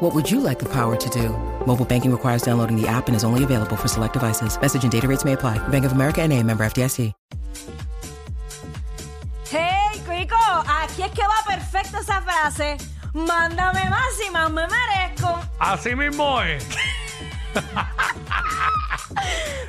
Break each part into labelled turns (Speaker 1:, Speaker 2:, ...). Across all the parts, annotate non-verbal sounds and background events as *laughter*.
Speaker 1: What would you like the power to do? Mobile banking requires downloading the app and is only available for select devices. Message and data rates may apply. Bank of America and a member FDIC.
Speaker 2: Hey, Crico, aquí es que va perfecto esa frase. Mándame más y más me merezco.
Speaker 3: Así mismo
Speaker 2: *laughs*
Speaker 3: es.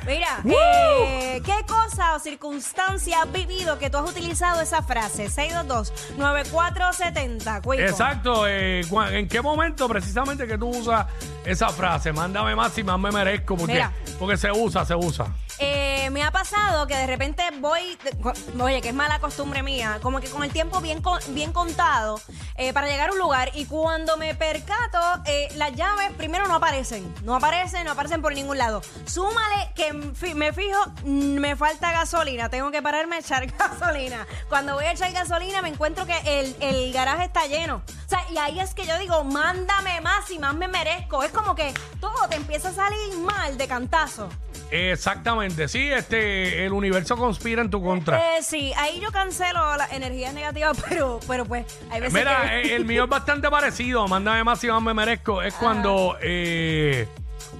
Speaker 2: Mira, eh, ¿qué cosa o circunstancia has vivido que tú has utilizado esa frase? 622-9470, Crico.
Speaker 3: Exacto. eh, cua- ¿En qué momento precisamente que tú usas esa frase? Mándame más y más me merezco. Porque,
Speaker 2: Mira.
Speaker 3: porque se usa, se usa.
Speaker 2: Eh, me ha pasado que de repente voy, de- oye, que es mala costumbre mía, como que con el tiempo bien, con- bien contado eh, para llegar a un lugar y cuando me percato, eh, las llaves primero no aparecen, no aparecen, no aparecen por ningún lado. Súmale que m- fi- me fijo, mm, me falta gasolina, tengo que pararme a echar *laughs* gasolina. Cuando voy a echar gasolina me encuentro que el, el garaje está lleno. O sea, y ahí es que yo digo, mándame más y más me merezco. Es como que todo te empieza a salir mal de cantazo.
Speaker 3: Exactamente. Sí, este, el universo conspira en tu contra.
Speaker 2: Eh, sí, ahí yo cancelo las energías negativas, *laughs* pero, pero pues hay veces
Speaker 3: Mira,
Speaker 2: que... Ah.
Speaker 3: eh, el mío es
Speaker 2: *laughs*
Speaker 3: bastante parecido. Mándame más y más me merezco. Es cuando eh,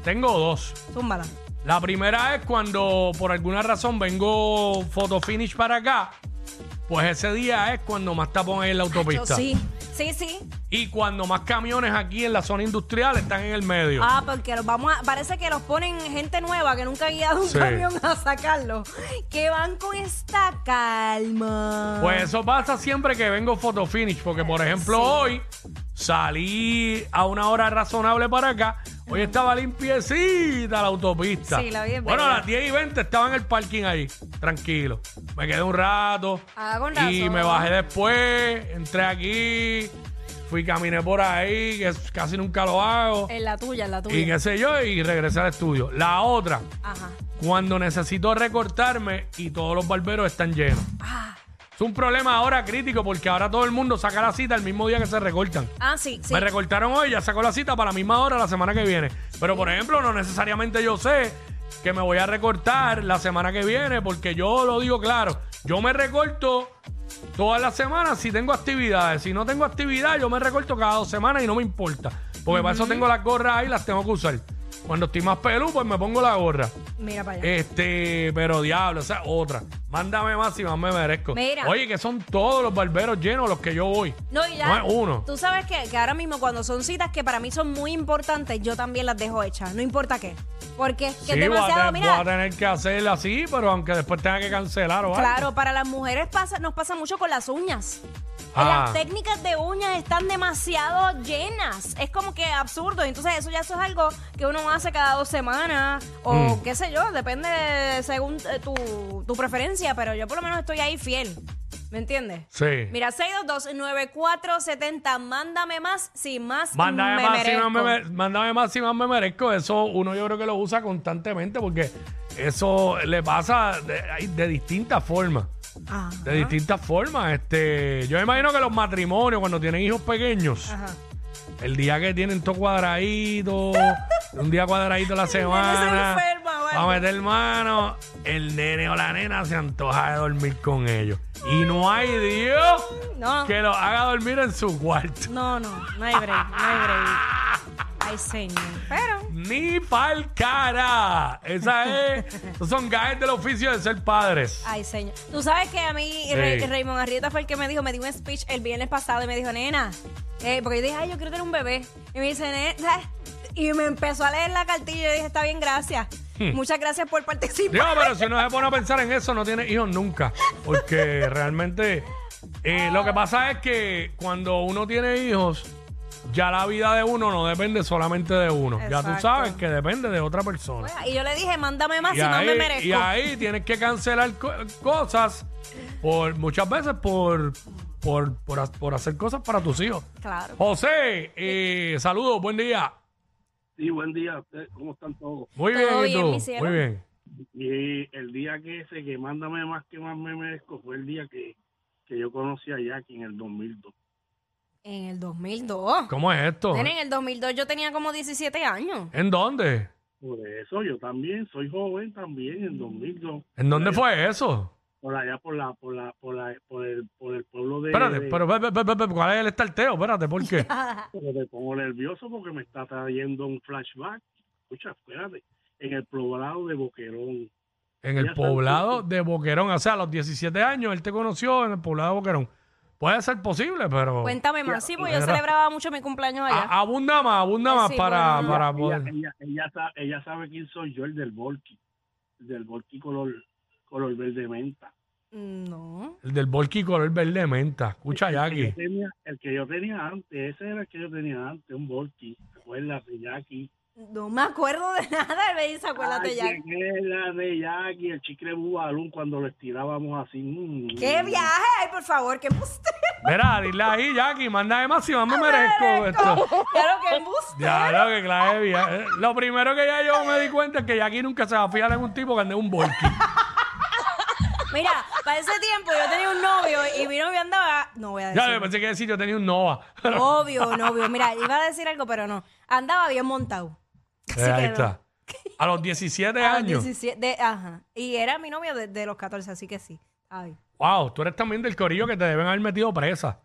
Speaker 3: tengo dos.
Speaker 2: Zúmbala.
Speaker 3: La primera es cuando por alguna razón vengo photo finish para acá. Pues ese día es cuando más tapón hay en la
Speaker 2: Yo
Speaker 3: autopista.
Speaker 2: sí, sí, sí.
Speaker 3: Y cuando más camiones aquí en la zona industrial están en el medio.
Speaker 2: Ah, porque los vamos a... Parece que los ponen gente nueva que nunca ha guiado un
Speaker 3: Sí.
Speaker 2: camión a sacarlo. Que van con esta calma.
Speaker 3: Pues eso pasa siempre que vengo photo finish, porque por ejemplo hoy salí a una hora razonable para acá. Hoy estaba limpiecita la autopista.
Speaker 2: Sí, la vi, es
Speaker 3: Bueno, a
Speaker 2: verdad.
Speaker 3: las 10 y 20 estaba en el parking ahí, tranquilo. Me quedé un rato.
Speaker 2: Ah, con
Speaker 3: y
Speaker 2: razón.
Speaker 3: me bajé después, entré aquí, fui, caminé por ahí, que es- casi nunca lo hago.
Speaker 2: En la tuya, en la
Speaker 3: Y
Speaker 2: tuya.
Speaker 3: qué sé yo, y regresé al estudio. La otra,
Speaker 2: Ajá.
Speaker 3: cuando necesito recortarme y todos los barberos están llenos.
Speaker 2: Ah,
Speaker 3: Es un problema ahora crítico porque ahora todo el mundo saca la cita el mismo día que se recortan.
Speaker 2: ah, sí, sí.
Speaker 3: Me recortaron hoy, ya sacó la cita para la misma hora la semana que viene. Pero por ejemplo, no necesariamente yo sé que me voy a recortar la semana que viene porque yo lo digo claro, yo me recorto todas las semanas si tengo actividades. Si no tengo actividad, yo me recorto cada dos semanas y no me importa. Porque para eso tengo las gorras ahí, las tengo que usar. Cuando estoy más pelú, pues me pongo la gorra.
Speaker 2: Mira para allá.
Speaker 3: Este, pero diablo, esa es otra. Mándame más y más me merezco.
Speaker 2: Mira.
Speaker 3: Oye, que son todos los barberos llenos los que yo voy.
Speaker 2: No, y ya.
Speaker 3: No es uno.
Speaker 2: Tú sabes que, que ahora mismo cuando son citas que para mí son muy importantes, yo también las dejo hechas, no importa qué. Porque es que es
Speaker 3: sí, voy a,
Speaker 2: demasiado,
Speaker 3: tener-
Speaker 2: mira,
Speaker 3: voy a tener que hacerla así, pero aunque después tenga que cancelar o algo.
Speaker 2: Claro, para las mujeres pasa, nos pasa mucho con las uñas.
Speaker 3: Ah.
Speaker 2: Las técnicas de uñas están demasiado llenas. Es como que absurdo. Entonces, eso ya eso es algo que uno hace cada dos semanas o
Speaker 3: Mm.
Speaker 2: qué sé yo, depende según eh, tu, tu preferencia, pero yo por lo menos estoy ahí fiel. ¿Me entiendes?
Speaker 3: Sí.
Speaker 2: Mira, 622-9470, mándame más si más
Speaker 3: Mándame
Speaker 2: me
Speaker 3: más, y
Speaker 2: merezco.
Speaker 3: más me, mere- mándame más y más me merezco. Eso uno yo creo que lo usa constantemente porque eso le pasa de, de distintas formas.
Speaker 2: Ajá.
Speaker 3: De distintas formas. Este, yo me imagino que los matrimonios, cuando tienen hijos pequeños,
Speaker 2: Ajá.
Speaker 3: El día que tienen todo
Speaker 2: *laughs*
Speaker 3: cuadradito, un día cuadradito a la semana.
Speaker 2: enferma o algo.
Speaker 3: Vamos a meter mano. El nene o la nena se antoja de dormir con ellos. Y no hay Dios
Speaker 2: No.
Speaker 3: que los haga dormir en su cuarto.
Speaker 2: No, no, no hay break, no hay break.
Speaker 3: *laughs*
Speaker 2: Ay, señor. Pero...
Speaker 3: Ni pa'l cara.
Speaker 2: *laughs*
Speaker 3: Esa es. esos son gajes del oficio de ser padres.
Speaker 2: Ay, señor. Tú sabes que a mí Ray-
Speaker 3: Sí.
Speaker 2: Raymond Arrieta fue el que me dijo, me dio un speech el viernes pasado y me dijo, nena, eh, porque yo dije, ay, yo quiero tener un bebé. Y me dice, nena, y me empezó a leer la cartilla y yo dije, está bien, gracias.
Speaker 3: Hmm.
Speaker 2: Muchas gracias por participar.
Speaker 3: Digo, pero si uno se pone a pensar en eso, no tiene hijos nunca. Porque realmente Eh, Lo que pasa es que cuando uno tiene hijos, ya la vida de uno no depende solamente de uno. Ya tú
Speaker 2: Exacto.
Speaker 3: sabes que depende de otra persona.
Speaker 2: Oiga, *laughs* Y yo le dije, mándame más
Speaker 3: y,
Speaker 2: si más me
Speaker 3: ahí,
Speaker 2: merezco.
Speaker 3: y ahí tienes que cancelar co- cosas por muchas veces por, por, por, ha- por hacer cosas para tus hijos.
Speaker 2: Claro.
Speaker 3: José, eh, saludos, buen día.
Speaker 4: Sí, buen día a ustedes, ¿cómo están todos?
Speaker 3: Muy
Speaker 2: Todo
Speaker 3: bien, ¿y
Speaker 2: bien,
Speaker 3: tú?
Speaker 2: mi cielo.
Speaker 3: Muy bien.
Speaker 4: Y el día que ese, que mándame más que más me merezco, fue el día que, que yo conocí a Jackie en el 2002.
Speaker 2: En el 2002.
Speaker 3: ¿Cómo es esto?
Speaker 2: Nene, en el 2002 yo tenía como 17 años.
Speaker 3: ¿En dónde?
Speaker 4: Por eso yo también, soy joven también en 2002.
Speaker 3: ¿En dónde fue eso?
Speaker 4: Por allá, por la, por la, por la, por el, por el pueblo de...
Speaker 3: Espérate,
Speaker 4: de-
Speaker 3: pero, ve, ve, ve, ve, ¿cuál es el estarteo? Espérate, ¿por
Speaker 2: *laughs*
Speaker 3: qué?
Speaker 4: pero me pongo nervioso porque me está trayendo un flashback. Escucha, espérate, en el poblado de Boquerón.
Speaker 3: En el
Speaker 4: Ya
Speaker 3: poblado
Speaker 4: sabes.
Speaker 3: de Boquerón. O sea, a los 17 años él te conoció en el poblado de Boquerón. Puede ser posible, pero.
Speaker 2: Cuéntame más. Sí, pues yo
Speaker 3: Era-
Speaker 2: celebraba mucho mi cumpleaños allá.
Speaker 3: A- abunda más, abunda
Speaker 2: Ah,
Speaker 3: más
Speaker 2: sí,
Speaker 3: para,
Speaker 2: bueno,
Speaker 3: para
Speaker 4: ella,
Speaker 3: poder.
Speaker 4: ella, ella, sa- ella sabe quién soy yo, el del Volky, el del Volky color, color verde menta.
Speaker 2: No.
Speaker 3: El del Volky color verde menta. Escucha,
Speaker 4: El
Speaker 3: Jackie.
Speaker 4: que, yo tenía, el que yo tenía antes, ese era el que yo tenía antes, un Volky. Acuérdate, Jackie.
Speaker 2: No me acuerdo de *laughs* nada. Él me dice, acuérdate ya.
Speaker 4: Ay, Acuérdate, Jackie, el chicle bubalún cuando lo estirábamos así. mm.
Speaker 2: ¡Qué viaje! Ay, por favor, qué embustero.
Speaker 3: Mira, dile ahí, Jackie. Manda de más si más me merezco esto.
Speaker 2: *laughs* Claro, qué embustero.
Speaker 3: Ya, lo que clave de viaje. Lo primero que ya yo me di cuenta es que Jackie nunca se va a fijar en un tipo que ande en
Speaker 2: *laughs*
Speaker 3: un Volky.
Speaker 2: Mira, para ese tiempo yo tenía un novio y mi novio andaba. No voy a
Speaker 3: Ya, yo
Speaker 2: decir.
Speaker 3: pensé que decir yo tenía un Nova.
Speaker 2: Obvio, novio. Mira, iba a decir algo, pero no. Andaba bien montado. Así
Speaker 3: Eh, ahí
Speaker 2: que no.
Speaker 3: está. A los 17
Speaker 2: A los
Speaker 3: años.
Speaker 2: 17 de- ajá. Y era mi novio desde los 14, así que sí. Ay.
Speaker 3: Wow, tú eres también del corillo que te deben haber metido presa.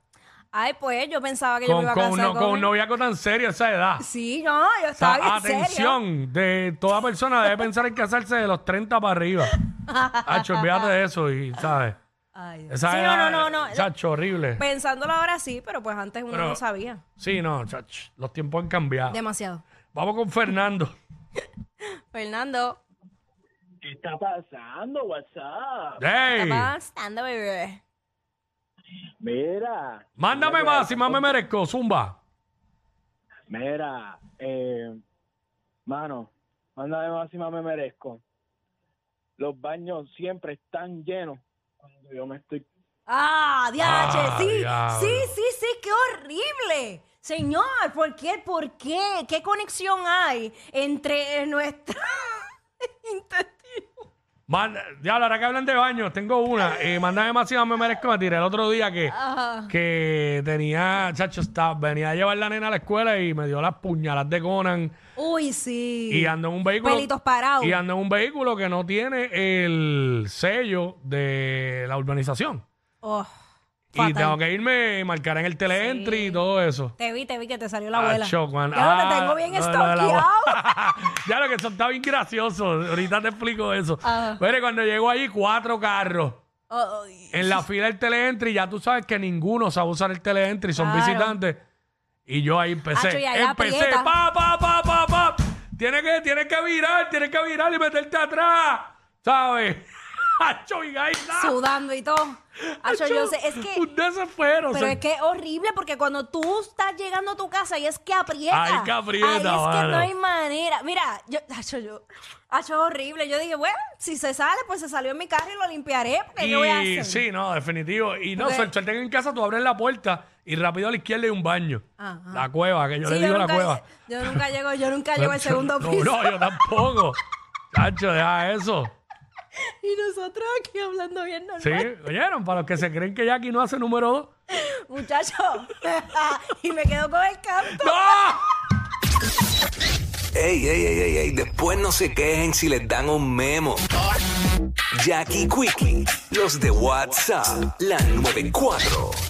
Speaker 2: Ay, pues yo pensaba que yo me
Speaker 3: Con,
Speaker 2: iba a
Speaker 3: con,
Speaker 2: casar
Speaker 3: no-
Speaker 2: con,
Speaker 3: con un
Speaker 2: él.
Speaker 3: noviazgo tan serio a esa edad.
Speaker 2: Sí, no, yo
Speaker 3: O sea,
Speaker 2: estaba bien serio.
Speaker 3: atención de toda persona debe pensar en casarse de los 30 para arriba. Hacho, olvídate de eso y, ¿sabes?
Speaker 2: Ay, Dios.
Speaker 3: Esa
Speaker 2: sí, no,
Speaker 3: edad,
Speaker 2: no, no, no.
Speaker 3: Chacho, horrible.
Speaker 2: Pensándolo ahora sí, pero pues antes uno
Speaker 3: Pero-
Speaker 2: no sabía.
Speaker 3: Sí, no, chacho, los tiempos han cambiado.
Speaker 2: Demasiado.
Speaker 3: Vamos con Fernando.
Speaker 2: Fernando,
Speaker 4: ¿Qué está pasando, WhatsApp?
Speaker 2: ¿qué
Speaker 3: ¡Ey!
Speaker 2: está pasando, bebé?
Speaker 5: Mira,
Speaker 3: Mándame más, si más me merezco, Zumba.
Speaker 5: mira, eh, mano, mándame más si más me merezco. Los baños siempre están llenos cuando yo me estoy...
Speaker 2: Ah, diache,
Speaker 3: Ah,
Speaker 2: sí,
Speaker 3: diablo.
Speaker 2: sí, sí, sí, qué horrible. Señor, ¿por qué? ¿Por qué? ¿Qué conexión hay entre nuestra *laughs* intestino?
Speaker 3: Manda- Diablo, ahora que hablan de baños, tengo una. Eh, mándame más, si más me merezco. Me tiré el otro día que...
Speaker 2: Ah,
Speaker 3: que tenía, chacho, estaba, venía a llevar la nena a la escuela y me dio las puñaladas de Conan
Speaker 2: uy, sí.
Speaker 3: y ando en un vehículo.
Speaker 2: Pelitos parados.
Speaker 3: Y ando en un vehículo que no tiene el sello de la urbanización.
Speaker 2: Oh,
Speaker 3: Y
Speaker 2: fatal.
Speaker 3: tengo que irme, marcar en el teleentry y todo eso. *laughs*
Speaker 2: Te vi, te vi que te salió la abuela.
Speaker 3: Acho, Juan.
Speaker 2: Ya no te
Speaker 3: Ah,
Speaker 2: tengo bien
Speaker 3: lo de
Speaker 2: *laughs*
Speaker 3: la
Speaker 2: stalkeado.
Speaker 3: abuela. ya lo que son está bien gracioso. Ahorita te explico eso.
Speaker 2: Ah.
Speaker 3: Pero cuando llegó allí, cuatro carros.
Speaker 2: Oh, Ay.
Speaker 3: en la fila del teleentry, ya tú sabes que ninguno sabe usar el teleentry, son
Speaker 2: Claro.
Speaker 3: visitantes. Y yo ahí empecé.
Speaker 2: Acho, y ahí
Speaker 3: empecé,
Speaker 2: aprieta.
Speaker 3: pa, pa, pa, pa, pa. Tienes que, tienes que virar, tienes que virar y meterte atrás. ¿Sabes? *laughs* Acho, y ahí está.
Speaker 2: Sudando y
Speaker 3: *laughs*
Speaker 2: todo. Acho, yo sé, es que...
Speaker 3: Un desespero.
Speaker 2: Pero
Speaker 3: se-
Speaker 2: es que es horrible porque cuando tú estás llegando a tu casa y es que aprieta.
Speaker 3: Ay, que aprieta,
Speaker 2: Ahí es que
Speaker 3: mano.
Speaker 2: no hay manera. Mira, yo, acho, yo, acho, es horrible. Yo dije, bueno, si se sale, pues se salió en mi carro y lo limpiaré. Porque yo voy a
Speaker 3: Y
Speaker 2: hacer.
Speaker 3: sí, no, definitivo. Y no,
Speaker 2: Porque-
Speaker 3: suerte suerte que en casa, tú abres la puerta y rápido a la izquierda hay un baño.
Speaker 2: Ajá.
Speaker 3: La cueva, que yo
Speaker 2: Sí,
Speaker 3: le digo la
Speaker 2: nunca,
Speaker 3: cueva.
Speaker 2: yo nunca llego, yo nunca llego al
Speaker 3: Chacho,
Speaker 2: segundo
Speaker 3: *laughs* no,
Speaker 2: piso.
Speaker 3: No, yo tampoco. Chacho, deja eso.
Speaker 2: Y nosotros aquí hablando bien normal.
Speaker 3: Sí, oyeron, para los que se creen que Jackie no hace número 2.
Speaker 2: Muchacho. *laughs* y me quedo con el canto.
Speaker 3: ¡No!
Speaker 6: Ey, ey, ey, ey, ey, después no se quejen si les dan un memo. Jackie Quickie, los de WhatsApp, la 94.